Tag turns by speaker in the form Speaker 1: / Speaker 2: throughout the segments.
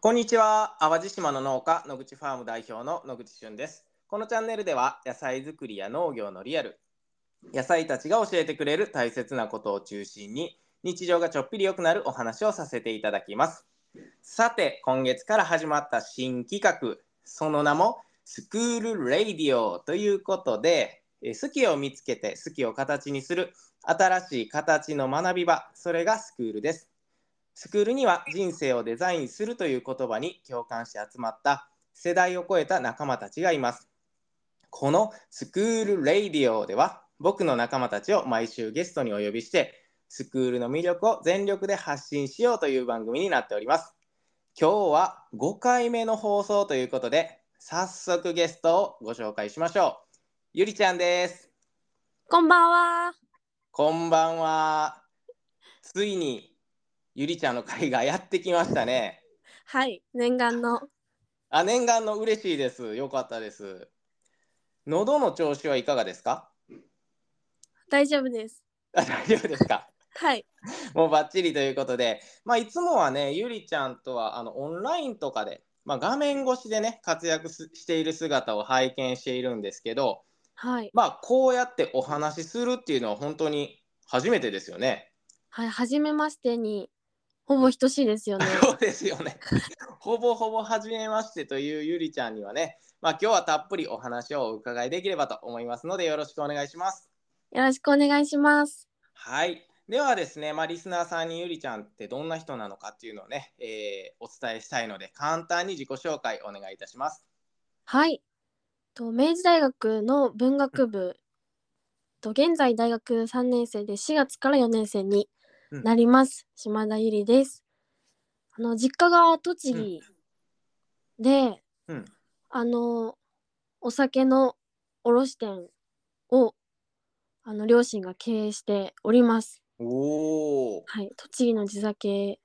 Speaker 1: こんにちは淡路島の農家野口ファーム代表の野口俊ですこのチャンネルでは野菜作りや農業のリアル野菜たちが教えてくれる大切なことを中心に日常がちょっぴり良くなるお話をさせていただきますさて今月から始まった新企画その名もスクールレイディオということでえー好きを見つけて好きを形にする新しい形の学び場それがスクールですスクールには人生をデザインするという言葉に共感して集まった世代を超えた仲間たちがいます。このスクールレイディオでは僕の仲間たちを毎週ゲストにお呼びしてスクールの魅力を全力で発信しようという番組になっております。今日は5回目の放送ということで早速ゲストをご紹介しましょう。ゆりちゃんです。
Speaker 2: こんばんは。
Speaker 1: こんばんは。ついにゆりちゃんの会がやってきましたね。
Speaker 2: はい、念願の。
Speaker 1: あ念願の嬉しいです。よかったです。喉の調子はいかがですか？
Speaker 2: 大丈夫です。
Speaker 1: あ大丈夫ですか？
Speaker 2: はい。
Speaker 1: もうバッチリということで、まあいつもはねゆりちゃんとはあのオンラインとかで、まあ画面越しでね活躍すしている姿を拝見しているんですけど、
Speaker 2: はい。
Speaker 1: まあこうやってお話しするっていうのは本当に初めてですよね。
Speaker 2: はい、初めましてに。ほぼ等しいです よね。
Speaker 1: そうですよね。 ほぼほぼ初めましてというゆりちゃんにはね、まあ今日はたっぷりお話をお伺いできればと思いますのでよろしくお願いします。
Speaker 2: よろしくお願いします。
Speaker 1: はい。ではですね、まあ、リスナーさんにゆりちゃんってどんな人なのかっていうのをね、えーお伝えしたいので、簡単に自己紹介お願いいたします。
Speaker 2: はい。と、明治大学の文学部。と、現在大学三年生で、4月から4年生になります。島田ゆりです。あの、実家が栃木。で。
Speaker 1: うん
Speaker 2: あの。お酒の卸店。を。あの、両親が経営しております。
Speaker 1: おお、
Speaker 2: はい、栃木の地酒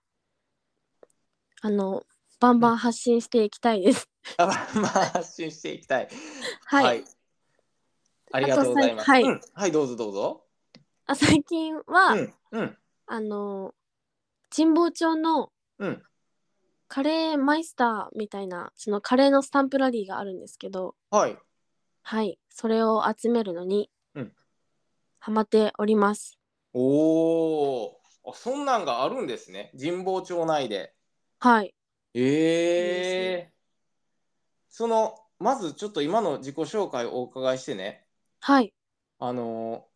Speaker 2: あのバンバン発信していきたいです。
Speaker 1: あ まあ発信していきたい。
Speaker 2: はい、
Speaker 1: ありがとうございます。
Speaker 2: あとさい
Speaker 1: うんはい、どうぞどうぞ。
Speaker 2: あ最近は、
Speaker 1: うん、うん、
Speaker 2: あの神保町の
Speaker 1: うん。
Speaker 2: カレーマイスターみたいなそのカレーのスタンプラリーがあるんですけど、
Speaker 1: はい。
Speaker 2: はい、それを集めるのに、
Speaker 1: うん
Speaker 2: ハマっております。
Speaker 1: おお、あそんなんがあるんですね。神保町内で。
Speaker 2: はい、
Speaker 1: ええその、まずちょっと今の自己紹介をお伺いしてね。
Speaker 2: はい、
Speaker 1: あのー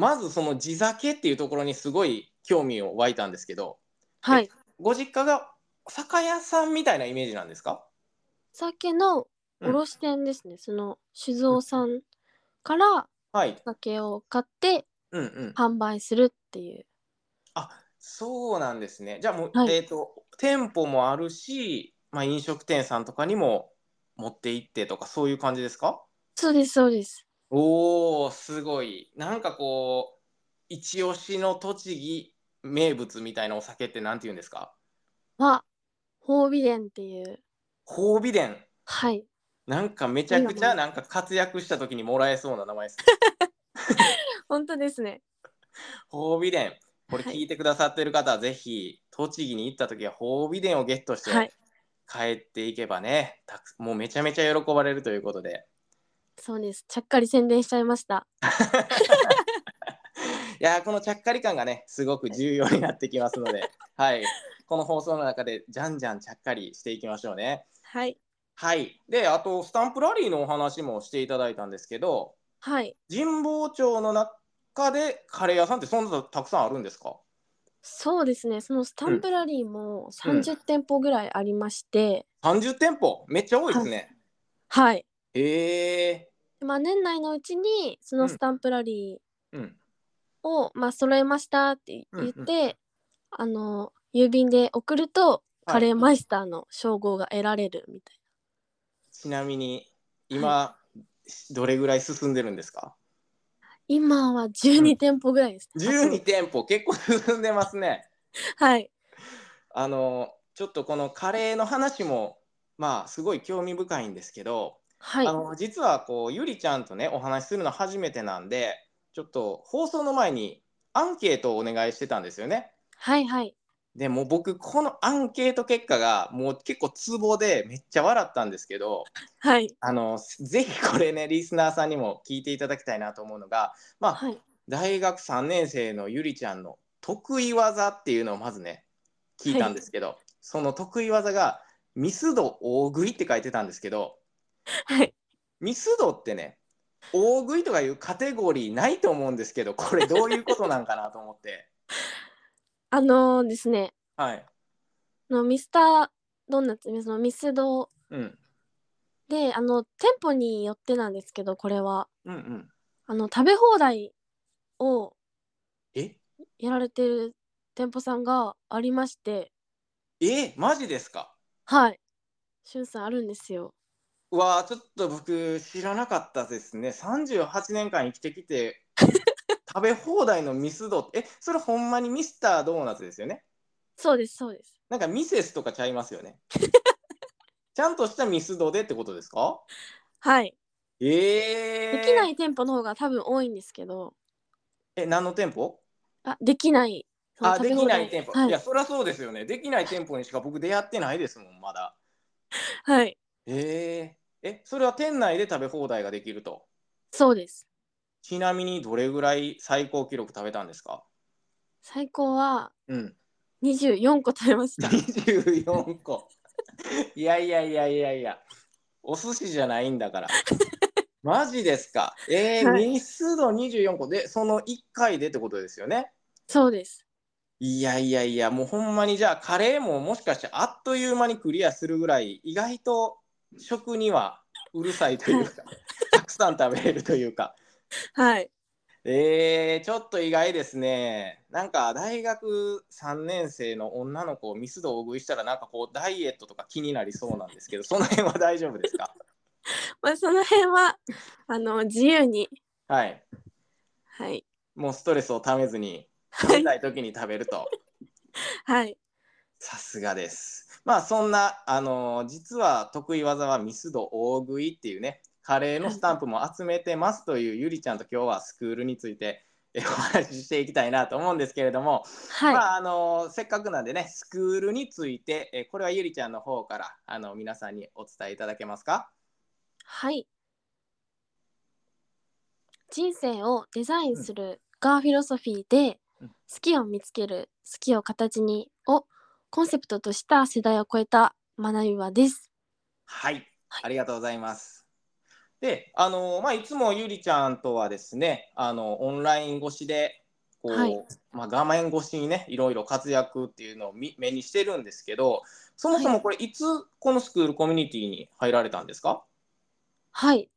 Speaker 1: まずその地酒っていうところにすごい興味を湧いたんですけど
Speaker 2: はい、
Speaker 1: ご実家が酒屋さんみたいなイメージなんですか
Speaker 2: 酒の
Speaker 1: うん
Speaker 2: 卸店ですね。その酒造さんから
Speaker 1: はい、
Speaker 2: 酒を買って
Speaker 1: うんうん、
Speaker 2: 販売するっていう。
Speaker 1: そうなんですねじゃあもう、
Speaker 2: はい
Speaker 1: えっ、と店舗もあるし、まあ、飲食店さんとかにも持って行ってとかそういう感じですか
Speaker 2: そうですそうです。
Speaker 1: おーすごいなんかこう一押しの栃木名物みたいなお酒ってなんて言うんですか
Speaker 2: は褒美伝っていう
Speaker 1: 褒美伝
Speaker 2: はい
Speaker 1: なんかめちゃくちゃなんか活躍した時にもらえそうな名前ですね。
Speaker 2: 本当ですね。
Speaker 1: 褒美伝。これ
Speaker 2: はい
Speaker 1: 聞いてくださってる方はぜひ、栃木に行った時は褒美伝をゲットして
Speaker 2: はい
Speaker 1: 帰っていけばね、たくもうめちゃめちゃ喜ばれるということで。
Speaker 2: そうです。ちゃっかり宣伝しちゃいました。
Speaker 1: いやーこのちゃっかり感がね、すごく重要になってきますので、はい。この放送の中でじゃんじゃんちゃっかりしていきましょうね。
Speaker 2: はい
Speaker 1: はい。で、あと、スタンプラリーのお話もしていただいたんですけど、
Speaker 2: はい
Speaker 1: 神保町の中でカレー屋さんってそんなたくさんあるんですか
Speaker 2: そうですね。そのスタンプラリーも
Speaker 1: うん
Speaker 2: 30店舗ぐらいありまして、
Speaker 1: 30店舗めっちゃ多いですね。
Speaker 2: はい。
Speaker 1: へえ
Speaker 2: まあ年内のうちにそのスタンプラリ
Speaker 1: うん。
Speaker 2: ーを、まあ揃えましたって言って、
Speaker 1: うん
Speaker 2: あの郵便で送ると
Speaker 1: はい
Speaker 2: カレーマイスターの称号が得られるみたい
Speaker 1: ちなみに今、どれぐらい進んでるんですか
Speaker 2: な。今は12店舗ぐらいです、ね。
Speaker 1: ?12 店舗結構進んでますね。
Speaker 2: はい
Speaker 1: あのちょっとこのカレーの話もまあすごい興味深いんですけど、
Speaker 2: はい
Speaker 1: あの実はこうゆりちゃんとねお話しするの初めてなんでちょっと放送の前にアンケートをお願いしてたんですよね。
Speaker 2: はいはい
Speaker 1: でもう僕このアンケート結果がもう結構ツボでめっちゃ笑ったんですけど
Speaker 2: はい。
Speaker 1: あのぜひこれねリスナーさんにも聞いていただきたいなと思うのが、まあ、
Speaker 2: はい。
Speaker 1: 大学3年生のゆりちゃんの得意技っていうのをまずね聞いたんですけど、その得意技が「ミスド大食い」って書いてたんですけど
Speaker 2: はい。
Speaker 1: ミスドってね大食いとかいうカテゴリーないと思うんですけどこれどういうことなんかなと思って。
Speaker 2: あのーですね、
Speaker 1: はい、
Speaker 2: あのミスタードーナツ、そのミスド
Speaker 1: うん、
Speaker 2: で、あの、店舗によってなんですけど、これは。
Speaker 1: うんうん
Speaker 2: あの、食べ放題を
Speaker 1: え
Speaker 2: やられてる店舗さんがありまして、
Speaker 1: えマジですか
Speaker 2: はい。しゅんさんあるんですよ。
Speaker 1: うわーちょっと僕知らなかったですね38年間生きてき て食べ放題のミスドってえそれほんまにミスタードーナツですよね
Speaker 2: そうです、そうです。
Speaker 1: なんかミセスとかちゃいますよ ねちゃんとしたミスドでってことですか
Speaker 2: はい。
Speaker 1: え
Speaker 2: で
Speaker 1: ー、
Speaker 2: きない店舗の方が多分多いんですけど、
Speaker 1: え何の店舗
Speaker 2: あ、できない。その
Speaker 1: あ
Speaker 2: 食べ
Speaker 1: で
Speaker 2: 放
Speaker 1: きな
Speaker 2: 題
Speaker 1: い店舗、、
Speaker 2: はいい
Speaker 1: や。そりゃそうですよねできない店舗にしか僕出会ってないですもんまだ
Speaker 2: はい。
Speaker 1: えー、えそれは店内で食べ放題ができると
Speaker 2: そうです。
Speaker 1: ちなみにどれぐらい最高記録食べたんですか
Speaker 2: 最高は
Speaker 1: うん。
Speaker 2: 24個食べ ました。
Speaker 1: 24個。いやいやいやいやいや。お寿司じゃないんだ から。マジですか。えー、
Speaker 2: はい
Speaker 1: 日数の24個で、その1回でってことですよね。
Speaker 2: そうです。
Speaker 1: いやいやいや、もうほんまにじゃあカレーももしかしてあっという間にクリアするぐらい、意外と食にはうるさいという か、たくさん食べれるというか。
Speaker 2: はい。
Speaker 1: えー、ちょっと意外ですね。なんか大学3年生の女の子をミスドを大食いしたらなんかこうダイエットとか気になりそうなんですけど、その辺は大丈夫ですか
Speaker 2: まあ、その辺は、あの、自由に、
Speaker 1: はい。
Speaker 2: はい。
Speaker 1: もうストレスをためずに食
Speaker 2: は
Speaker 1: べ
Speaker 2: い。
Speaker 1: たい時に食べると。
Speaker 2: はい。
Speaker 1: さすがです。まあそんな、あのー実は得意技はミスド大食いっていうね、カレーのスタンプも集めてますというゆりちゃんと今日はスクールについてえお話ししていきたいなと思うんですけれども、
Speaker 2: はい。
Speaker 1: まああのせっかくなんでねスクールについて、えーこれはゆりちゃんの方からあの皆さんにお伝えいただけますか
Speaker 2: はい。人生をデザインするがフィロソフィーで、
Speaker 1: うん
Speaker 2: 好きを見つける、好きを形にをコンセプトとした世代を超えた学び場です。
Speaker 1: はい
Speaker 2: はい
Speaker 1: ありがとうございますであのまあいつもゆりちゃんとはですねあのオンライン越しでこう、
Speaker 2: はい
Speaker 1: まあ、画面越しにねいろいろ活躍っていうのを見目にしてるんですけどそもそもこれいつこのスクールコミュニティに入られたんですか、
Speaker 2: はい。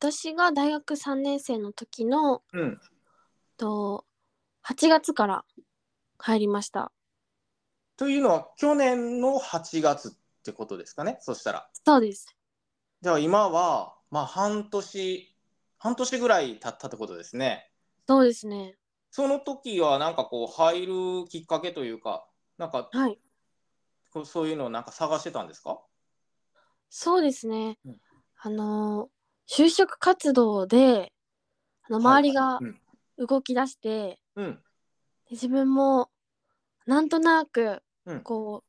Speaker 2: 私が大学3年生の時の、
Speaker 1: うん
Speaker 2: と8月から入りました。
Speaker 1: というのは去年の8月ってことですかねそしたら。
Speaker 2: そうです。
Speaker 1: じゃあ今は、まあ、半年半年ぐらい経ったってことですね。
Speaker 2: そうですね。
Speaker 1: その時はなんかこう入るきっかけというかなんか
Speaker 2: はい。
Speaker 1: こうそういうのをなんか探してたんですか
Speaker 2: そうですね。
Speaker 1: うん
Speaker 2: あのー就職活動であの周りが
Speaker 1: はいうん
Speaker 2: 動き出して、で
Speaker 1: うん
Speaker 2: 自分もなんとなく
Speaker 1: うん
Speaker 2: こう、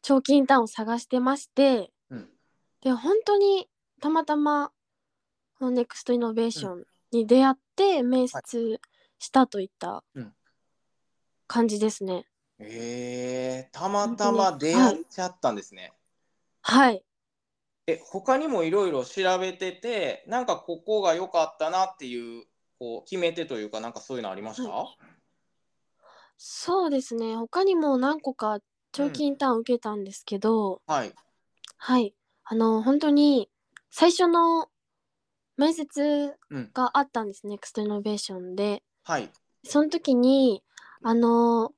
Speaker 2: 長期インターンを探してまして
Speaker 1: うん
Speaker 2: で本当にたまたまこのネクストイノベーションに出会って面接したといった
Speaker 1: うん
Speaker 2: 感じですね。
Speaker 1: えー、たまたま出会っちゃったんですね。
Speaker 2: はい、
Speaker 1: え他にもいろいろ調べててなんかここが良かったなっていうこう決め手というかなんかそういうのありました、
Speaker 2: はそうですね他にも何個か長期インターンを受けたんですけど、
Speaker 1: はい、
Speaker 2: はい。あの、本当に、最初の面接
Speaker 1: うん、
Speaker 2: があったんです、ネクストイノベーションで。
Speaker 1: はい
Speaker 2: その時に、あの、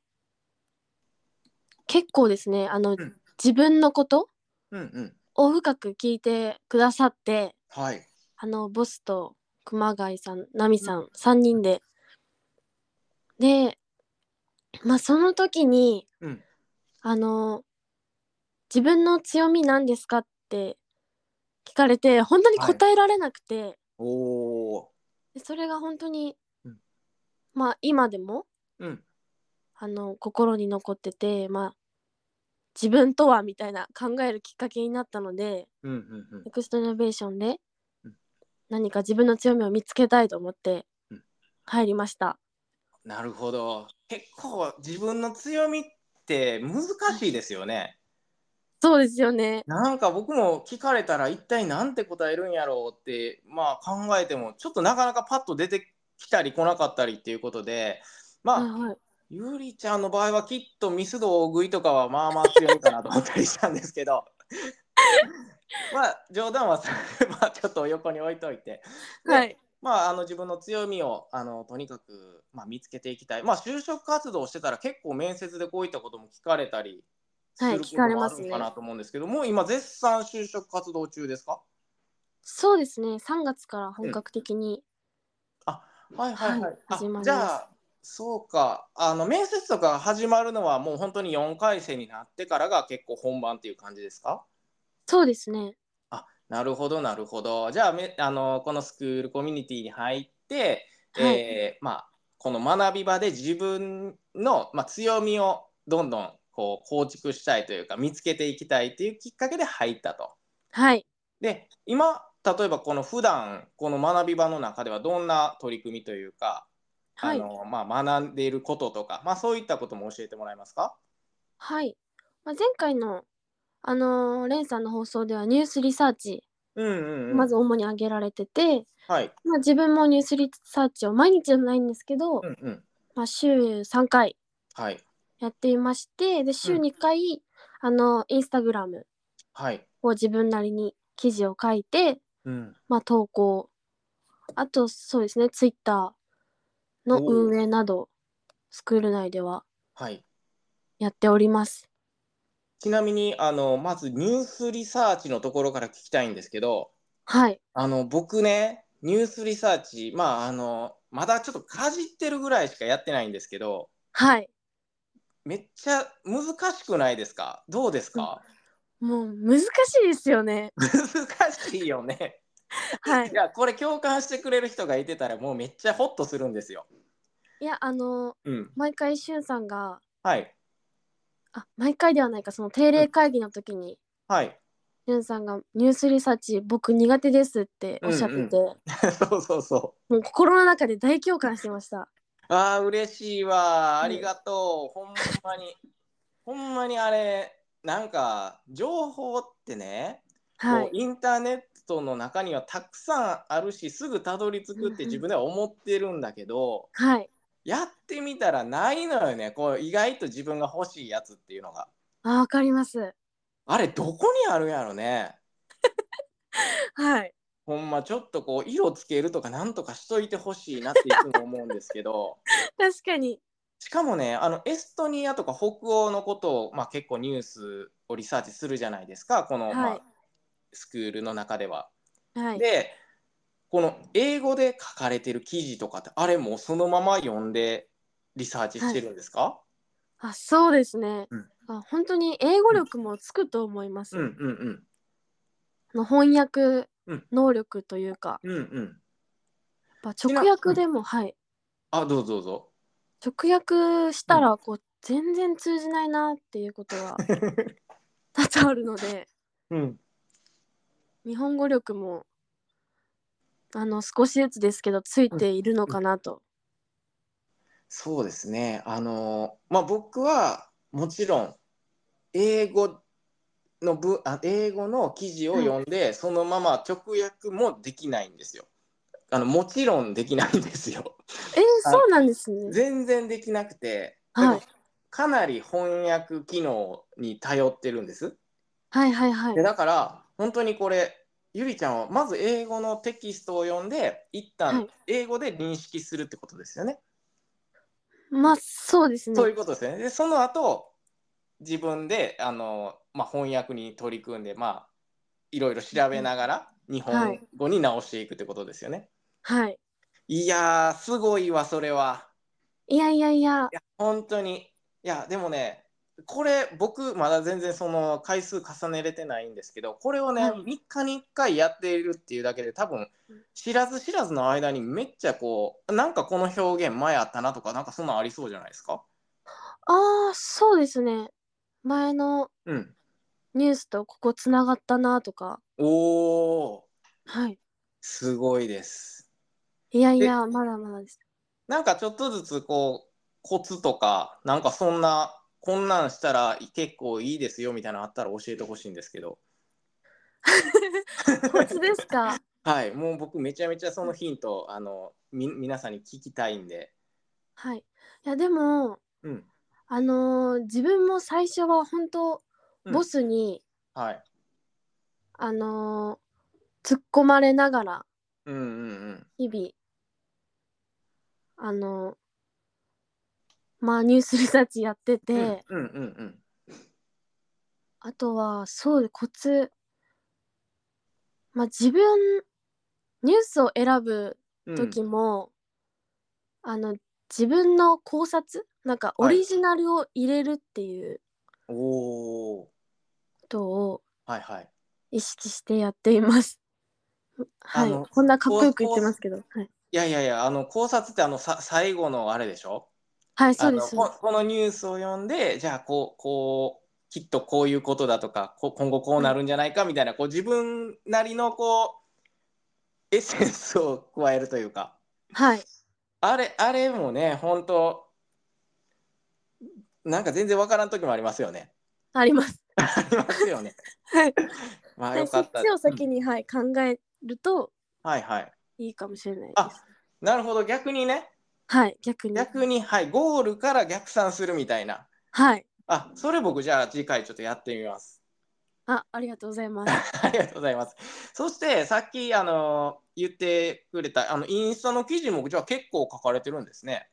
Speaker 2: 結構ですね、あの、
Speaker 1: ん
Speaker 2: 自分のこと
Speaker 1: うんうん
Speaker 2: を深く聞いてくださって、
Speaker 1: はい
Speaker 2: あの、ボスと熊谷さん、奈美さん、3人で。で、まあ、その時に、
Speaker 1: うん
Speaker 2: あの自分の強みなんですかって聞かれて本当に答えられなくて、
Speaker 1: おー
Speaker 2: でそれが本当に、
Speaker 1: うん
Speaker 2: まあ今でも
Speaker 1: うん
Speaker 2: あの心に残っててまあ自分とはみたいな考えるきっかけになったので
Speaker 1: うんうんうん
Speaker 2: ネクストイノベーションで
Speaker 1: うん
Speaker 2: 何か自分の強みを見つけたいと思って
Speaker 1: うん
Speaker 2: 入りました。
Speaker 1: なるほど結構自分の強みって難しいですよね
Speaker 2: そうですよね。
Speaker 1: なんか僕も聞かれたら一体なんて答えるんやろうってまあ考えてもちょっとなかなかパッと出てきたり来なかったりっていうことでまあ、
Speaker 2: はいはい、
Speaker 1: ゆりちゃんの場合はきっとミスド大食いとかはまあまあ強いかなと思ったりしたんですけど まあ冗談はそれまあちょっと横に置いといてで
Speaker 2: はい、
Speaker 1: まああの自分の強みをあのとにかく、まあ、見つけていきたいまあ就職活動をしてたら結構面接でこういったことも聞かれたりす
Speaker 2: はい
Speaker 1: ること
Speaker 2: 聞かれ
Speaker 1: もあ
Speaker 2: ま
Speaker 1: る
Speaker 2: す
Speaker 1: の
Speaker 2: ね
Speaker 1: かなと思うんですけど、もう今絶賛就職活動中ですか
Speaker 2: そうですね。3月から本格的に、
Speaker 1: はいはいはい。
Speaker 2: はい
Speaker 1: あ
Speaker 2: 始まります
Speaker 1: じゃあそうかあの面接とか始まるのはもう本当に4回生になってからが結構本番っていう感じですか
Speaker 2: そうですね。
Speaker 1: あなるほどなるほど。じゃあめあのこのスクールコミュニティに入って、
Speaker 2: はい、
Speaker 1: えーまあ、この学び場で自分の、まあ、強みをどんどんこう構築したいというか見つけていきたいというきっかけで入ったと。
Speaker 2: はい。
Speaker 1: で今例えばこの普段この学び場の中ではどんな取り組みというか
Speaker 2: は
Speaker 1: あ
Speaker 2: い。
Speaker 1: のまあ、学んでいることとか、まあ、そういったことも教えてもらえますか
Speaker 2: はい。まあ、前回の、あのーレンさんの放送ではニュースリサーチ、
Speaker 1: うんうん、うん、
Speaker 2: まず主に挙げられてて、
Speaker 1: はい、
Speaker 2: まあ、自分もニュースリサーチを毎日じゃないんですけど、
Speaker 1: うんうん、
Speaker 2: まあ、週3回
Speaker 1: はい
Speaker 2: やっていまして、で、週
Speaker 1: うん
Speaker 2: 2回、あの、インスタグラム
Speaker 1: はい、
Speaker 2: を自分なりに記事を書いて、
Speaker 1: うん、
Speaker 2: まあ、投稿、あと、そうですね、ツイッターの
Speaker 1: おー
Speaker 2: 運営など、スクール内では
Speaker 1: はい
Speaker 2: やっております。
Speaker 1: ちなみにあのまずニュースリサーチのところから聞きたいんですけど
Speaker 2: はい。
Speaker 1: あの僕ねニュースリサーチまああのまだちょっとかじってるぐらいしかやってないんですけど
Speaker 2: はい。
Speaker 1: めっちゃ難しくないですかどうですか
Speaker 2: もう難しいですよね。
Speaker 1: 難しいよね
Speaker 2: はい
Speaker 1: い。やこれ共感してくれる人がいてたらもうめっちゃホッとするんですよ
Speaker 2: いやあの
Speaker 1: うん
Speaker 2: 毎回しゅんさんが
Speaker 1: はい
Speaker 2: あ毎回ではないかその定例会議の時に、
Speaker 1: はい
Speaker 2: しゅんさんが「ニュースリサーチ僕苦手です」っておっしゃってて、
Speaker 1: そうそうそ
Speaker 2: もう心の中で大共感してました。
Speaker 1: う。ああ、嬉しいわ。あ
Speaker 2: うん
Speaker 1: りがとう。ほんまに。ほんまにあれ、なんか、情報ってね、
Speaker 2: は
Speaker 1: こ、
Speaker 2: いう
Speaker 1: インターネットの中にはたくさんあるし、すぐたどり着くっ
Speaker 2: うんう
Speaker 1: て
Speaker 2: ん
Speaker 1: 自分では思ってるんだけど、
Speaker 2: はい、
Speaker 1: やってみたらないのよね。こう、意外と自分が欲しいやつっていうのが。
Speaker 2: あわかります。
Speaker 1: あれ、どこにあるんやろね。
Speaker 2: はい
Speaker 1: ほんまちょっとこう色つけるとかなんとかしといてほしいなっていつも思うんですけど。
Speaker 2: 確かに
Speaker 1: しかもねあのエストニアとか北欧のことを、まあ、結構ニュースをリサーチするじゃないですかこの、
Speaker 2: はい
Speaker 1: まあ、スクールの中では。
Speaker 2: はい
Speaker 1: でこの英語で書かれてる記事とかってあれもうそのまま読んでリサーチしてるんですか、
Speaker 2: あそうですね、
Speaker 1: うん
Speaker 2: あ本当に英語力もつくと思います。
Speaker 1: うんうんうん
Speaker 2: あの翻訳
Speaker 1: うん
Speaker 2: 能力というか、
Speaker 1: うんうん。
Speaker 2: やっぱ
Speaker 1: ちな
Speaker 2: 直訳でも、はい
Speaker 1: あどうぞどうぞ。
Speaker 2: 直訳したらこう、全然通じないなっていうこと が多々あるので
Speaker 1: うん、
Speaker 2: 日本語力もあの少しずつですけどついているのかなと、
Speaker 1: そうですねあのまあ僕はもちろん英語のぶあ英語の記事を読んで、そのまま直訳もできないんですよ。あのもちろんできないんですよ。
Speaker 2: えー、
Speaker 1: あ
Speaker 2: そうなんですね
Speaker 1: 全然できなくて、
Speaker 2: はい
Speaker 1: かなり翻訳機能に頼ってるんです。
Speaker 2: はいはいはい
Speaker 1: でだから本当にこれゆりちゃんはまず英語のテキストを読んで一
Speaker 2: は
Speaker 1: 旦
Speaker 2: い
Speaker 1: 英語で認識するってことですよね。
Speaker 2: まあそうですね
Speaker 1: そういうことですよね。でその後自分であの、まあ、翻訳に取り組んで、まあ、いろいろ調べながら日本語に直していくってことですよね。
Speaker 2: はい
Speaker 1: い、やーすごいわそれは。
Speaker 2: いやいやいや
Speaker 1: いや本当に。いやでもねこれ僕まだ全然その回数重ねれてないんですけどこれをね、
Speaker 2: はい
Speaker 1: 3日に1回やっているっていうだけで多分知らず知らずの間にめっちゃこうなんかこの表現前あったなとかなんかそんなんありそうじゃないですか
Speaker 2: ああそうですね前の
Speaker 1: うん。
Speaker 2: ニュースとここつながったなとか
Speaker 1: おお、
Speaker 2: はい
Speaker 1: すごいです。
Speaker 2: いやいやまだまだです
Speaker 1: なんかちょっとずつこうコツとかなんかそんなこんなんしたら結構いいですよみたいなのあったら教えてほしいんですけど。
Speaker 2: コツで すか
Speaker 1: はい、もう僕めちゃめちゃそのヒントあのみ皆さんに聞きたいんで。
Speaker 2: はいいやでも
Speaker 1: うん。
Speaker 2: あのー自分も最初は本当
Speaker 1: うん
Speaker 2: ボスに、
Speaker 1: はい。
Speaker 2: あのー突っ込まれながら
Speaker 1: うんうん
Speaker 2: 日々あのーまあニュースリサーチやってて、
Speaker 1: うん。うんうんうんうん。
Speaker 2: あとはそうでコツまあ自分ニュースを選ぶ
Speaker 1: うん
Speaker 2: 時も、あの自分の考察なんかオ
Speaker 1: はい
Speaker 2: リジナルを入れるっていう
Speaker 1: おお。
Speaker 2: ことを
Speaker 1: はいはい。
Speaker 2: 意識してやっています。は
Speaker 1: あ
Speaker 2: い
Speaker 1: の、
Speaker 2: こんなかっこよく言ってますけど、はい、
Speaker 1: いやいやいやあの考察ってあのさ最後のあれでしょ。
Speaker 2: はい、そ
Speaker 1: あ
Speaker 2: うで
Speaker 1: の
Speaker 2: す。そう
Speaker 1: こ
Speaker 2: です
Speaker 1: このニュースを読んでじゃあこうこうきっとこういうことだとかこ今後こうなるんじゃないかみたいなこう自分なりのこうエッセンスを加えるというか
Speaker 2: はい、
Speaker 1: あれあれもね本当なんか全然わからん時もありますよね。
Speaker 2: あります。
Speaker 1: ありますよね。
Speaker 2: はい、
Speaker 1: まあ
Speaker 2: は
Speaker 1: よ
Speaker 2: い
Speaker 1: か
Speaker 2: そっ
Speaker 1: った。
Speaker 2: ちを先
Speaker 1: うん
Speaker 2: に、はい、考えると
Speaker 1: はいはい。
Speaker 2: いいかもしれないで
Speaker 1: あ
Speaker 2: す。
Speaker 1: なるほど逆にね
Speaker 2: はい、逆に。
Speaker 1: 逆にはいゴールから逆算するみたいな。
Speaker 2: はい、
Speaker 1: あそれ僕じゃあ次回ちょっとやってみます。
Speaker 2: あ、ありがとうござ います。
Speaker 1: ありがとうございます。そしてさっきあの言ってくれたあのインスタの記事もじゃあ結構書かれてるんですね。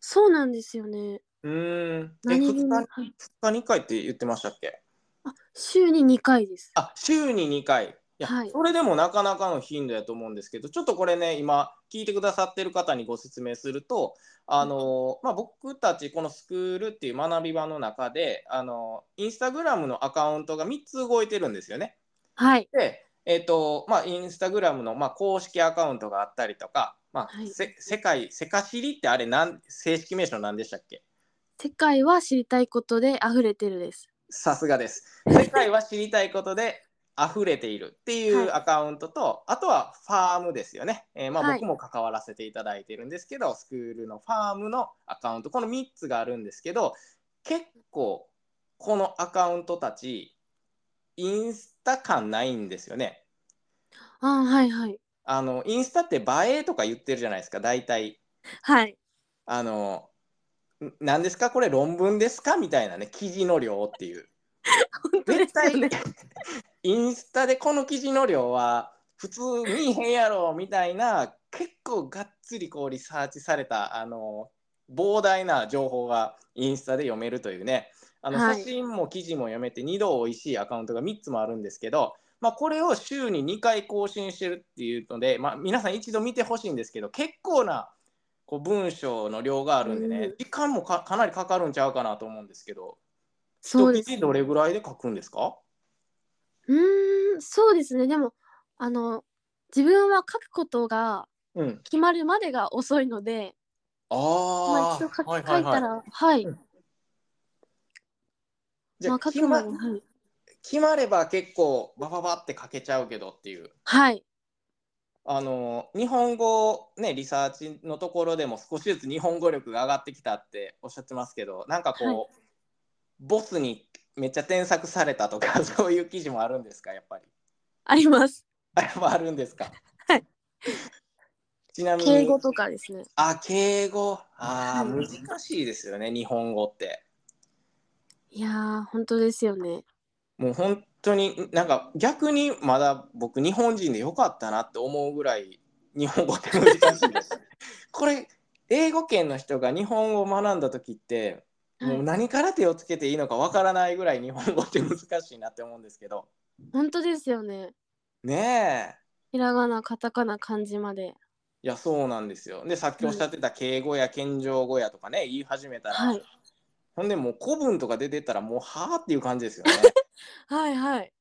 Speaker 2: そうなんですよね。
Speaker 1: うーん。で
Speaker 2: 何
Speaker 1: 2
Speaker 2: 気に、は
Speaker 1: 日
Speaker 2: い、
Speaker 1: 2日に1回って言ってましたっけ？
Speaker 2: あ、週に二回です。
Speaker 1: あ週に2回。いや、
Speaker 2: はい
Speaker 1: それでもなかなかの頻度やと思うんですけどちょっとこれね今聞いてくださってる方にご説明するとあの、まあ、僕たちこのスクールっていう学び場の中であのインスタグラムのアカウントが3つ動いてるんですよね。
Speaker 2: はい、
Speaker 1: で、えっとまあ、インスタグラムの、まあ、公式アカウントがあったりとか、まあ
Speaker 2: はい
Speaker 1: せ世界「せかしり」ってあれなん正式名称なんでしたっけ
Speaker 2: 世界は知りたいことで溢れてるです。
Speaker 1: さすがです。世界は知りたいことで溢れているってい
Speaker 2: はいう
Speaker 1: アカウントと、あとはファームですよね、えーまあ、
Speaker 2: はい
Speaker 1: 僕も関わらせていただいてるんですけど、スクールのファームのアカウントこの3つがあるんですけど結構このアカウントたちインスタ感ないんですよね。
Speaker 2: あ、はい、はい、
Speaker 1: あのインスタって映えとか言ってるじゃないですか大体
Speaker 2: はい、
Speaker 1: あのん何ですかこれ論文ですかみたいなね記事の量っていう
Speaker 2: 本当で
Speaker 1: 絶
Speaker 2: す
Speaker 1: 対
Speaker 2: よね。
Speaker 1: インスタでこの記事の量は普通見えへんやろみたいな結構がっつりこうリサーチされたあの膨大な情報がインスタで読めるというねあの
Speaker 2: はい
Speaker 1: 写真も記事も読めて2度美味しいアカウントが3つもあるんですけど、まあ、これを週に2回更新してるっていうので、まあ、皆さん一度見てほしいんですけど結構なこう文章の量があるんでね、
Speaker 2: うん
Speaker 1: 時間もかかなりかかるんちゃうかなと思うんですけど
Speaker 2: そう
Speaker 1: 一
Speaker 2: です
Speaker 1: 記。どれぐらいで書くんですか
Speaker 2: うーん、そうですね。でも、あの、自分は書くことが
Speaker 1: うん
Speaker 2: 決まるまでが遅いので、ま
Speaker 1: あ
Speaker 2: あ、一
Speaker 1: あ、
Speaker 2: 度書き、
Speaker 1: はいはい
Speaker 2: 書いた
Speaker 1: はい。
Speaker 2: ら、はい、
Speaker 1: うんじゃ
Speaker 2: ま
Speaker 1: あ
Speaker 2: あ、書
Speaker 1: 決
Speaker 2: く
Speaker 1: ま
Speaker 2: まで、はい、
Speaker 1: 決まれば結構バババって書けちゃうけどっていう。
Speaker 2: はい、
Speaker 1: あの日本語ねリサーチのところでも少しずつ日本語力が上がってきたっておっしゃってますけどなんかこう、
Speaker 2: はい
Speaker 1: ボスにめっちゃ添削されたとか そういう記事もあるんですかやっぱり
Speaker 2: あります。
Speaker 1: あれもあるんですか
Speaker 2: はい
Speaker 1: ちなみに
Speaker 2: 敬語とかですね。
Speaker 1: あ敬語ああ、
Speaker 2: はい
Speaker 1: 難しいですよね日本語って。
Speaker 2: いやー、本当ですよね。
Speaker 1: もう本当になんか逆にまだ僕日本人でよかったなって思うぐらい日本語って難しいです。 これ英語圏の人が日本語を学んだ時って
Speaker 2: はい
Speaker 1: もう何から手をつけていいのかわからないぐらい日本語って難しいなって思うんですけど
Speaker 2: 本当ですよね。
Speaker 1: ねえ
Speaker 2: ひらがな、カタカナ、漢字まで。
Speaker 1: いやそうなんですよ。でさっきおっしゃってた敬語や謙譲語やとかね言い始めたら、
Speaker 2: はい、
Speaker 1: ほんでもう古文とか出てたらもうはあっていう感じですよね。
Speaker 2: はい、はい、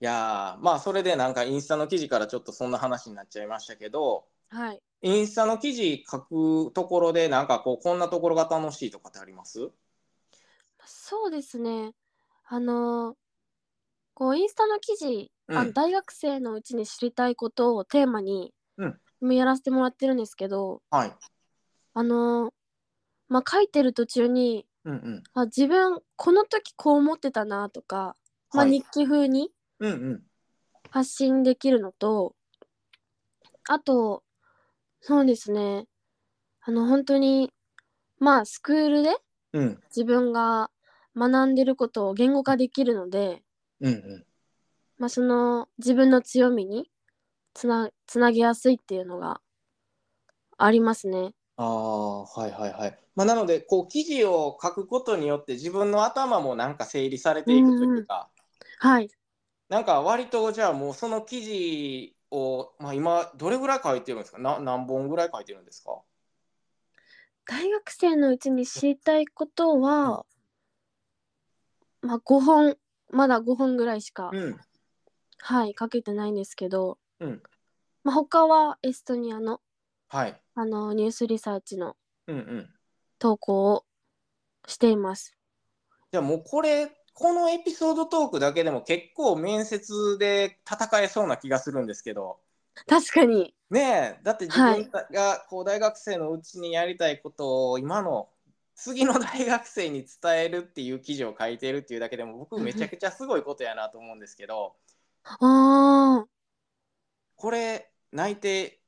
Speaker 1: いやーまあそれでなんかインスタの記事からちょっとそんな話になっちゃいましたけど
Speaker 2: はい。
Speaker 1: インスタの記事書くところでなんかこうこんなところが楽しいとかってあります
Speaker 2: そうですね。あのこうインスタの記事、
Speaker 1: うん
Speaker 2: あの大学生のうちに知りたいことをテーマに、
Speaker 1: うん
Speaker 2: 今やらせてもらってるんですけど、
Speaker 1: はい。
Speaker 2: あのまあ書いてる途中に、
Speaker 1: うんうん。
Speaker 2: あ自分この時こう思ってたなとか、ま
Speaker 1: は
Speaker 2: あ、
Speaker 1: い
Speaker 2: 日記風に
Speaker 1: うんうん。
Speaker 2: 発信できるのと、あとそうですね。あの本当にまあスクールで
Speaker 1: うん
Speaker 2: 自分が学んでることを言語化できるので、
Speaker 1: うんうん。
Speaker 2: まあ、その自分の強みにつなつなげやすいっていうのがありますね。
Speaker 1: ああ、はいはいはい。まあ、なので、こう記事を書くことによって、自分の頭もなんか整理されていくというか。
Speaker 2: はい。
Speaker 1: なんか割と、じゃあ、もうその記事を、まあ、今どれぐらい書いてるんですか。な、何本ぐらい書いてるんですか。
Speaker 2: 大学生のうちに知りたいことは、まあ、5本まだ5本ぐらいしか、
Speaker 1: うん。
Speaker 2: はいかけてないんですけど、
Speaker 1: うん
Speaker 2: まあ、他はエストニアの
Speaker 1: はい。
Speaker 2: あのニュースリサーチの
Speaker 1: うんうん。
Speaker 2: 投稿をしています。
Speaker 1: じゃあ、もうこれ。このエピソードトークだけでも結構面接で戦えそうな気がするんですけど。
Speaker 2: 確かに
Speaker 1: ねえだって自
Speaker 2: はい
Speaker 1: 分がこう大学生のうちにやりたいことを今の次の大学生に伝えるっていう記事を書いてるっていうだけでも僕めちゃくちゃすごいことやなと思うんですけど
Speaker 2: あー
Speaker 1: これ内定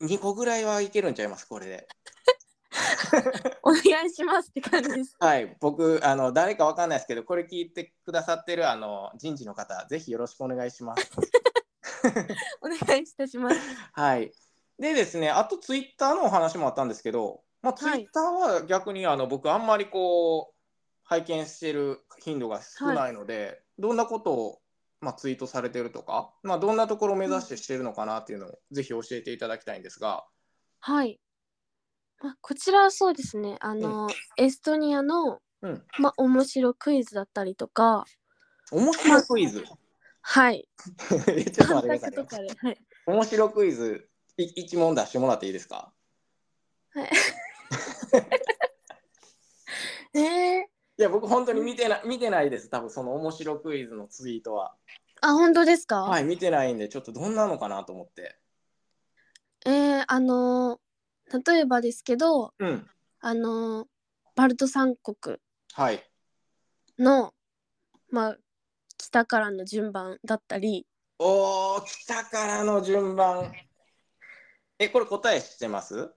Speaker 1: 2個ぐらいはいけるんちゃいますこれで。
Speaker 2: お願いしますって感じです。
Speaker 1: はい僕あの誰かわかんないですけどこれ聞いてくださってるあの人事の方ぜひよろしくお願いします。
Speaker 2: お願いいたします。
Speaker 1: はい、でですねあとツイッターのお話もあったんですけど、まあ、ツイ
Speaker 2: はい
Speaker 1: ッターは逆にあの僕あんまりこう拝見してる頻度が少ないので、どんなことを、まあ、ツイートされてるとか、まあ、どんなところを目指してしてるのかなっていうのをぜひ教えていただきたいんですが、
Speaker 2: はい。まあ、こちらはそうですね。あの、エストニアの、
Speaker 1: うん、
Speaker 2: まあ、面白クイズだったりとか、
Speaker 1: 面白クイズ
Speaker 2: はい。
Speaker 1: ちょっと待ってくだ さい
Speaker 2: 感覚と
Speaker 1: ね
Speaker 2: かで、はい。
Speaker 1: 面白クイズい一問出してもらっていいですか
Speaker 2: えー、
Speaker 1: いや僕本当に見てな見てないです多分その面白クイズのツイートは
Speaker 2: あ、本当ですか、
Speaker 1: はい見てないんでちょっとどんなのかなと思って
Speaker 2: えー、あのー例えばですけど、
Speaker 1: うん
Speaker 2: あのーバルト三国
Speaker 1: はい
Speaker 2: の、まあ、北からの順番だったり、
Speaker 1: おー、北からの順番。え、これ答え知ってます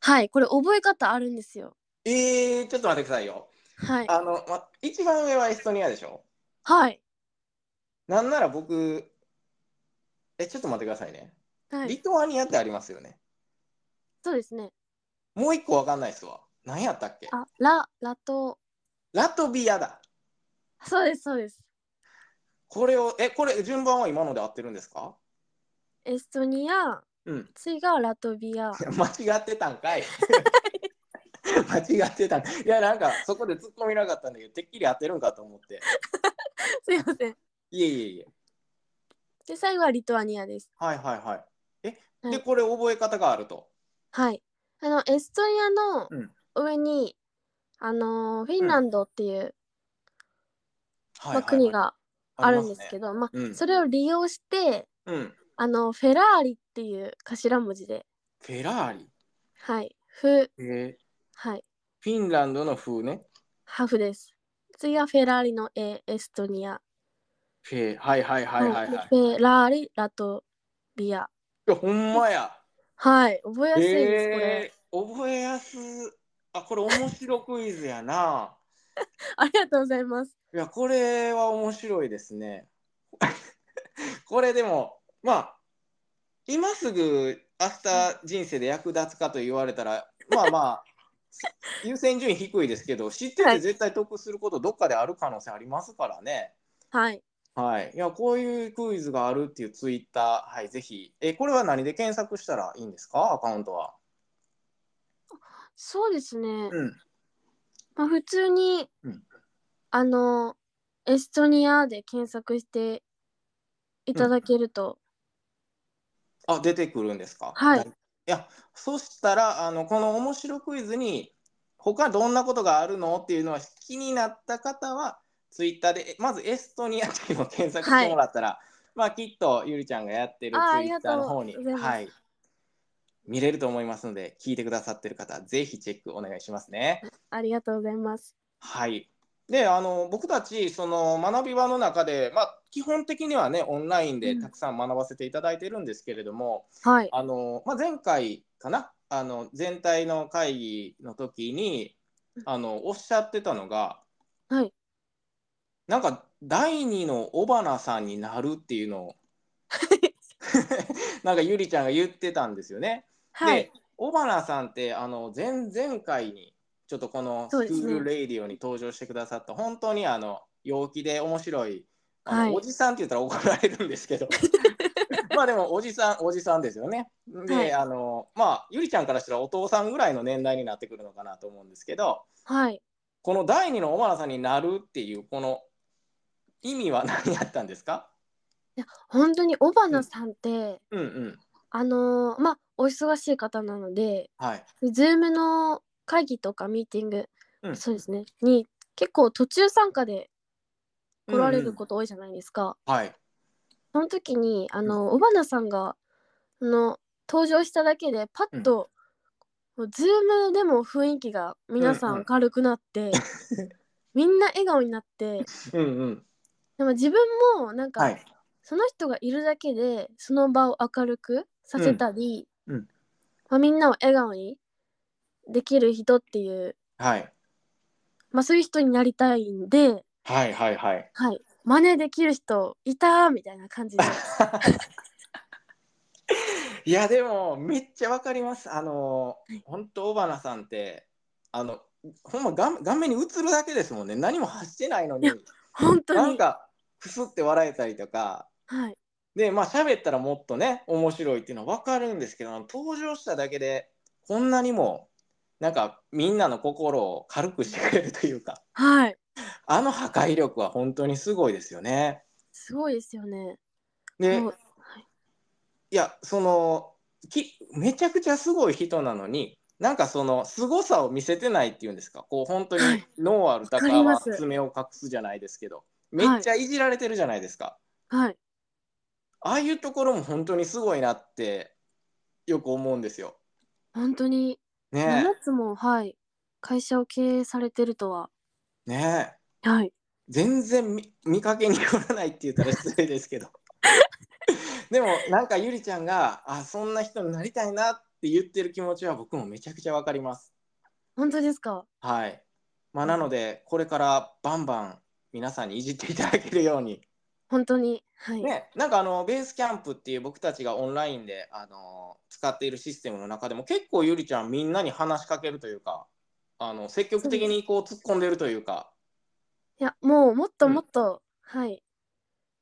Speaker 2: はい、これ覚え方あるんですよ。
Speaker 1: えー、ちょっと待ってくださいよ。
Speaker 2: はい。
Speaker 1: あの、ま、一番上はエストニアでしょ
Speaker 2: はい。
Speaker 1: なんなら僕、え、ちょっと待ってくださいね。
Speaker 2: は
Speaker 1: リ
Speaker 2: い。
Speaker 1: トアニアってありますよね。
Speaker 2: そうですね。
Speaker 1: もう一個わかんないっすわ。何やったっけ
Speaker 2: あ、ラ、ラト、
Speaker 1: ラトビアだ。
Speaker 2: そうです、そうです。
Speaker 1: これを、え、これ順番は今ので合ってるんですか
Speaker 2: エストニア、
Speaker 1: うん。
Speaker 2: 次がラトビア。
Speaker 1: 間違ってたんかい。 間違ってたんいや、なんかそこで突っ込みなかったんだけど、てっきり合ってるんかと思って。
Speaker 2: すいません。
Speaker 1: いえいえいえ。
Speaker 2: で、最後はリトアニアです。
Speaker 1: はいはいはい。え、
Speaker 2: は
Speaker 1: で、
Speaker 2: い
Speaker 1: これ覚え方があると。
Speaker 2: はい。あの、エストニ
Speaker 1: う
Speaker 2: ア
Speaker 1: ん
Speaker 2: の上に、あのーフィンランドっていう、
Speaker 1: は
Speaker 2: まあ、国があるんですけ
Speaker 1: ど。
Speaker 2: ど、まあ
Speaker 1: うん
Speaker 2: それを利用して、
Speaker 1: うん。
Speaker 2: あの、フェラーリっていう頭文字で、
Speaker 1: フェラーリ。
Speaker 2: はい。フ、
Speaker 1: え
Speaker 2: はい。
Speaker 1: フィンランドの風ね。
Speaker 2: ハフです。次はフェラーリの A、エストニア。
Speaker 1: フェ、はいはいはいはいはい。
Speaker 2: でフェラーリ、ラトビア。
Speaker 1: いや、ほんまや。
Speaker 2: はい。覚えやすいです、これ。
Speaker 1: えー、覚えやす。あ、これ面白クイズやな。
Speaker 2: ありがとうございます。
Speaker 1: いや、これは面白いですね。 これでも、まあ、今すぐ明日人生で役立つかと言われたら、まあまあ、 優先順位低いですけど、知って
Speaker 2: は
Speaker 1: て
Speaker 2: い
Speaker 1: 絶対得することどっかである可能性ありますからね。
Speaker 2: はい。
Speaker 1: はい。いや、こういうクイズがあるっていうツイッター、はい、ぜひ。え、これは何で検索したらいいんですかアカウントは。
Speaker 2: そうですね。
Speaker 1: うん。
Speaker 2: まあ、普通に、
Speaker 1: うん
Speaker 2: あのエストニアで検索していただけると、
Speaker 1: あ、出てくるんですか
Speaker 2: はい
Speaker 1: いや、そしたら、あの、この面白クイズに、他どんなことがあるのっていうのは気になった方は、ツイッターで、えまずエストニアっていうのを検索してもらったら、まあ、きっとゆりちゃんがやってる
Speaker 2: あー
Speaker 1: ツイッターの方に
Speaker 2: ありがとうござ
Speaker 1: は
Speaker 2: います
Speaker 1: い、見れると思いますので、聞いてくださってる方、ぜひチェックお願いしますね。
Speaker 2: ありがとうございます。
Speaker 1: はい。で、あの僕たちその学び場の中で、まあ基本的にはねオンラインで
Speaker 2: うん
Speaker 1: たくさん学ばせていただいてるんですけれども、
Speaker 2: はい。
Speaker 1: あのまあ前回かな、あの全体の会議の時にあのおっしゃってたのが、
Speaker 2: はい。
Speaker 1: なんか第二の尾花さんになるっていうの をなんかゆりちゃんが言ってたんですよね。
Speaker 2: はい
Speaker 1: で。尾花さんってあの前々回にちょっとこの「
Speaker 2: そう
Speaker 1: ス
Speaker 2: で
Speaker 1: ク
Speaker 2: すね
Speaker 1: ール・レイディオ」に登場してくださった、本当にあの陽気で面白いあの、
Speaker 2: はい
Speaker 1: おじさんって言ったら怒られるんですけ どまあでもおじさんおじさんですよね。で、
Speaker 2: はい
Speaker 1: あのまあゆりちゃんからしたらお父さんぐらいの年代になってくるのかなと思うんですけど
Speaker 2: はい。
Speaker 1: この第二の尾花さんになるっていうこの意味は何やったんですか
Speaker 2: 本当に尾花さんって、
Speaker 1: うんうん
Speaker 2: あのーまあお忙しい方なので、
Speaker 1: はい。
Speaker 2: ズームの会議とかミーティング、
Speaker 1: うん
Speaker 2: そうですね。に結構途中参加で来られること多いじゃないですか。
Speaker 1: と、はい。
Speaker 2: その時にあの尾花さんがあの登場しただけでパッと、もうズームでも雰囲気が皆さ
Speaker 1: うんうん
Speaker 2: ん明るくなって、 みんな笑顔になって
Speaker 1: うんうん。
Speaker 2: でも自分もなんか、
Speaker 1: はい。
Speaker 2: その人がいるだけでその場を明るくさせたり、
Speaker 1: うんうん
Speaker 2: まあ、みんなを笑顔にできる人っていう、
Speaker 1: はい。
Speaker 2: まあ、そういう人になりたいんで、
Speaker 1: はいはいはい。
Speaker 2: はい、真似できる人いたーみたいな 感じで
Speaker 1: いやでもめっちゃわかります。あの本当尾花さんってあのほんま画面画面に映るだけですもんね。何も発してないのに
Speaker 2: 本当に
Speaker 1: なんかくすって笑えたりとか。
Speaker 2: はい、
Speaker 1: でまあ喋ったらもっとね面白いっていうのはわかるんですけど登場しただけでこんなにもなんかみんなの心を軽くしてくれるというか
Speaker 2: はい、
Speaker 1: あの破壊力は本当にすごいですよね。
Speaker 2: すごいですよね。
Speaker 1: で
Speaker 2: もう
Speaker 1: いやそのきめちゃくちゃすごい人なのになんかその凄さを見せてないっていうんですかこう本当に
Speaker 2: はい
Speaker 1: ノーアルタカ
Speaker 2: わかりま
Speaker 1: は
Speaker 2: す
Speaker 1: 爪を隠すじゃないですけどめ
Speaker 2: はい
Speaker 1: っちゃいじられてるじゃないですか、
Speaker 2: はい、
Speaker 1: ああいうところも本当にすごいなってよく思うんですよ。
Speaker 2: 本当に
Speaker 1: ね
Speaker 2: 7つも、はい、会社を経営されてるとは、
Speaker 1: えねえ
Speaker 2: はい、
Speaker 1: 全然見見かけによらないって言ったら失礼ですけ どでもなんかゆりちゃんがあそんな人になりたいなって言ってる気持ちは僕もめちゃくちゃわかります。
Speaker 2: 本当ですか。
Speaker 1: はい。まあ、なので、これからバンバン皆さんにいじっていただけるように。
Speaker 2: 本当に、はい、
Speaker 1: ね、なんかあの、ベースキャンプっていう僕たちがオンラインで、あの使っているシステムの中でも、結構ゆりちゃんみんなに話しかけるというか、あの、積極的にこう突っ込んでるというか、
Speaker 2: いや、もうもっと
Speaker 1: うん
Speaker 2: もっと、はい、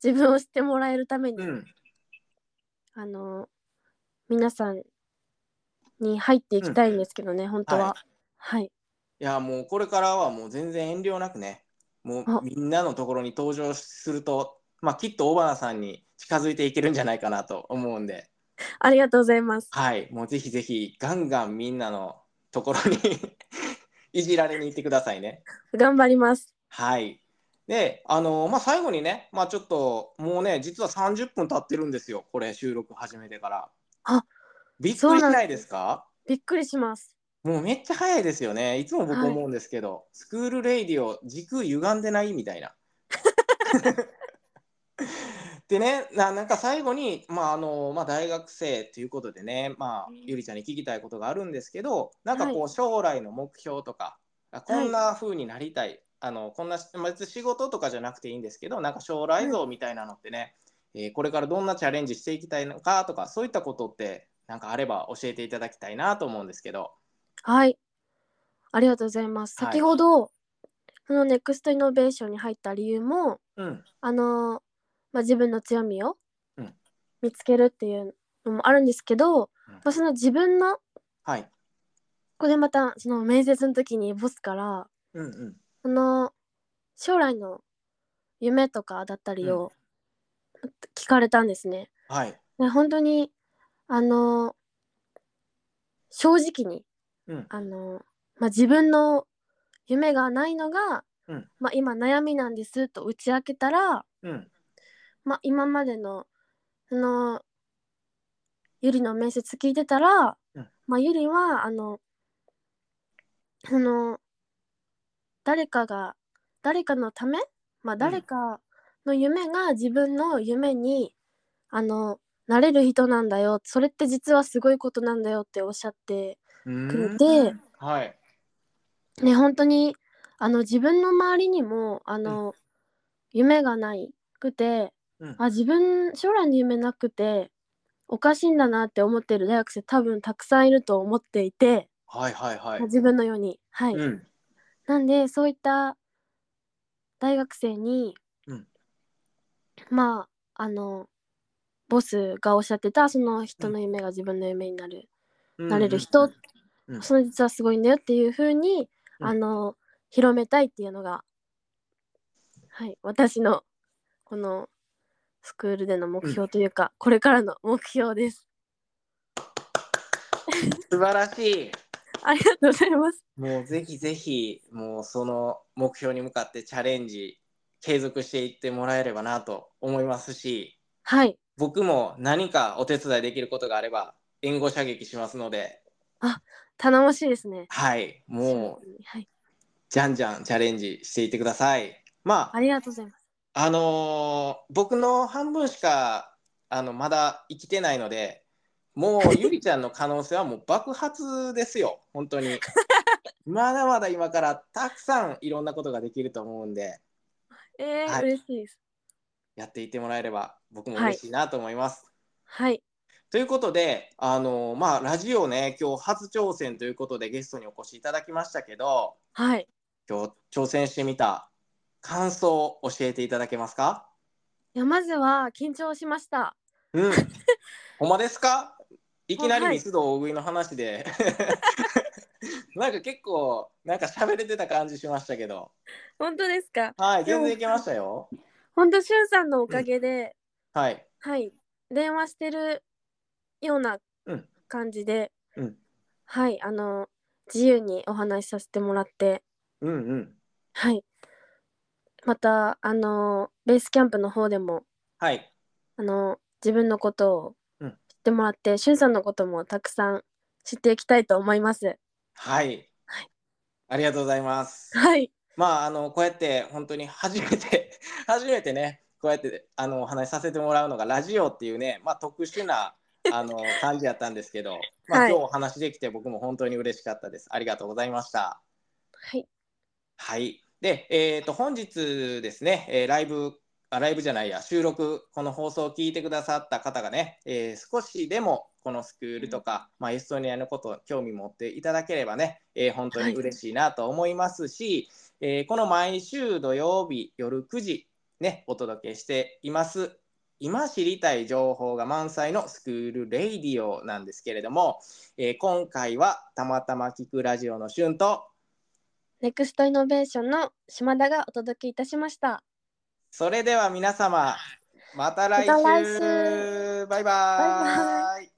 Speaker 2: 自分を知ってもらえるために、
Speaker 1: うん、
Speaker 2: あの、皆さんに入っていきたいんですけどね、本当は。はい、
Speaker 1: いや、もうこれからはもう全然遠慮なくね、も
Speaker 2: あ
Speaker 1: うみんなのところに登場すると、まあ、きっと尾花さんに近づいていけるんじゃないかなと思うんで。
Speaker 2: ありがとうございます。
Speaker 1: はい、もうぜひぜひガンガンみんなのところに いじられに行ってくださいね。
Speaker 2: 頑張ります。
Speaker 1: はい。で、あのまあ最後にね、まあちょっともうね、実は30分経ってるんですよ。これ収録始めてから。
Speaker 2: あ、
Speaker 1: びっ
Speaker 2: そ
Speaker 1: く
Speaker 2: う
Speaker 1: りし
Speaker 2: なん
Speaker 1: ないですか？
Speaker 2: びっくりします。
Speaker 1: もうめっちゃ早いですよね。いつも僕
Speaker 2: はい
Speaker 1: 思うんですけど、スクールレイディオ時空歪んでないみた いな。でねななんか最後に、まああのまあ、大学生ということでね、まあ
Speaker 2: うん、
Speaker 1: ゆりちゃんに聞きたいことがあるんですけどなんかこう、
Speaker 2: は
Speaker 1: 将来の目標とかあこんな風になりたい、あのこんなまあ別に仕事とかじゃなくていいんですけどなんか将来像みたいなのってね、えーこれからどんなチャレンジしていきたいのかとかそういったことってなんかあれば教えていただきたいなと思うんですけど。
Speaker 2: はい、ありがとうございます。
Speaker 1: はい
Speaker 2: 先ほど、そのネクストイノベーションに入った理由も、
Speaker 1: うん
Speaker 2: あのまあ、自分の強みを
Speaker 1: うん
Speaker 2: 見つけるっていうのもあるんですけど、まあ、その自分のこ
Speaker 1: はい。
Speaker 2: こでまたその面接の時にボスから
Speaker 1: うんうん。
Speaker 2: その将来の夢とかだったりを聞かれたんですね。
Speaker 1: はい。
Speaker 2: で本当にあの正直に
Speaker 1: うん。
Speaker 2: あの、まあ、自分の夢がないのが
Speaker 1: うん
Speaker 2: まあ、今悩みなんですと打ち明けたら、
Speaker 1: うん
Speaker 2: まあ、今までのそのゆりの面接聞いてたら、
Speaker 1: うん
Speaker 2: まあ、ゆりはあのその誰かが誰かのため、まあ、誰かの夢が自分の夢に、あのなれる人なんだよそれって実はすごいことなんだよっておっしゃって、
Speaker 1: うーん
Speaker 2: くれて
Speaker 1: はい
Speaker 2: ね、本当にあの自分の周りにもあの、夢がないくて
Speaker 1: うん
Speaker 2: あ自分将来の夢なくておかしいんだなって思ってる大学生多分たくさんいると思っていて、
Speaker 1: はいはいはい
Speaker 2: 自分のように。はい
Speaker 1: うん
Speaker 2: なんでそういった大学生に、
Speaker 1: うん
Speaker 2: まああのボスがおっしゃってたその人の夢が自分の夢になる、なれる人
Speaker 1: うんうん
Speaker 2: その実はすごいんだよっていう風に、
Speaker 1: うん
Speaker 2: あの広めたいっていうのがはい私のこのスクールでの目標というか、これからの目標です。
Speaker 1: 素晴らしい
Speaker 2: ありがとうございます。
Speaker 1: もうぜひぜひもうその目標に向かってチャレンジ継続していってもらえればなと思いますし
Speaker 2: はい
Speaker 1: 僕も何かお手伝いできることがあれば援護射撃しますので
Speaker 2: 頼もしいですね。
Speaker 1: はいもう
Speaker 2: はい、
Speaker 1: じゃんじゃんチャレンジしていってくださいま
Speaker 2: あ
Speaker 1: あ
Speaker 2: りがとうございます。
Speaker 1: あのー僕の半分しかあのまだ生きてないのでもうゆりちゃんの可能性はもう爆発ですよ本当にまだまだ今からたくさんいろんなことができると思うんで
Speaker 2: えー
Speaker 1: はい
Speaker 2: 嬉しいです。
Speaker 1: やっていってもらえれば僕も嬉しいなと思います。
Speaker 2: はい
Speaker 1: ということで、あのまあ、ラジオね今日初挑戦ということでゲストにお越しいただきましたけど
Speaker 2: はい。
Speaker 1: 今日挑戦してみた感想を教えていただけますか
Speaker 2: いやまずは緊張しました。
Speaker 1: うんほんまですかいきなりミスド大食いの話で、 なんか結構なんか喋れてた感じしましたけど
Speaker 2: 本当ですか。
Speaker 1: はい全然いけましたよ
Speaker 2: 本当しゅんさんのおかげで、
Speaker 1: はい
Speaker 2: はい電話してるような
Speaker 1: うん
Speaker 2: 感じで、
Speaker 1: うん
Speaker 2: はいあの自由にお話しさせてもらって、
Speaker 1: うんうん
Speaker 2: はいまたあのベースキャンプの方でも
Speaker 1: はい
Speaker 2: あの自分のことを
Speaker 1: う
Speaker 2: 知っ
Speaker 1: ん
Speaker 2: てもらって、しゅんさんのこともたくさん知っていきたいと思います。
Speaker 1: はい
Speaker 2: はい
Speaker 1: ありがとうございます
Speaker 2: はい
Speaker 1: まああのこうやって本当に初めて 初めてねこうやってあのお話しさせてもらうのがラジオっていうね、まあ、特殊なあの感じやったんですけど、まあ、
Speaker 2: はい
Speaker 1: 今日お話できて僕も本当に嬉しかったです。ありがとうございました。
Speaker 2: はい
Speaker 1: はい。で、えー、と本日ですね、えーライブあライブじゃないや収録この放送を聞いてくださった方がね、えー少しでもこのスクールとか、まあ、エストニアのこと興味持っていただければね、えー本当に嬉しいなと思いますし、えーこの毎週土曜日夜9時ねお届けしています。今知りたい情報が満載のスクールレイディオなんですけれども、えー今回はたまたま聞くラジオの旬と
Speaker 2: ネクストイノベーションの島田がお届けいたしました。
Speaker 1: それでは皆様また来週
Speaker 2: また来週
Speaker 1: バイバ
Speaker 2: バイ
Speaker 1: イ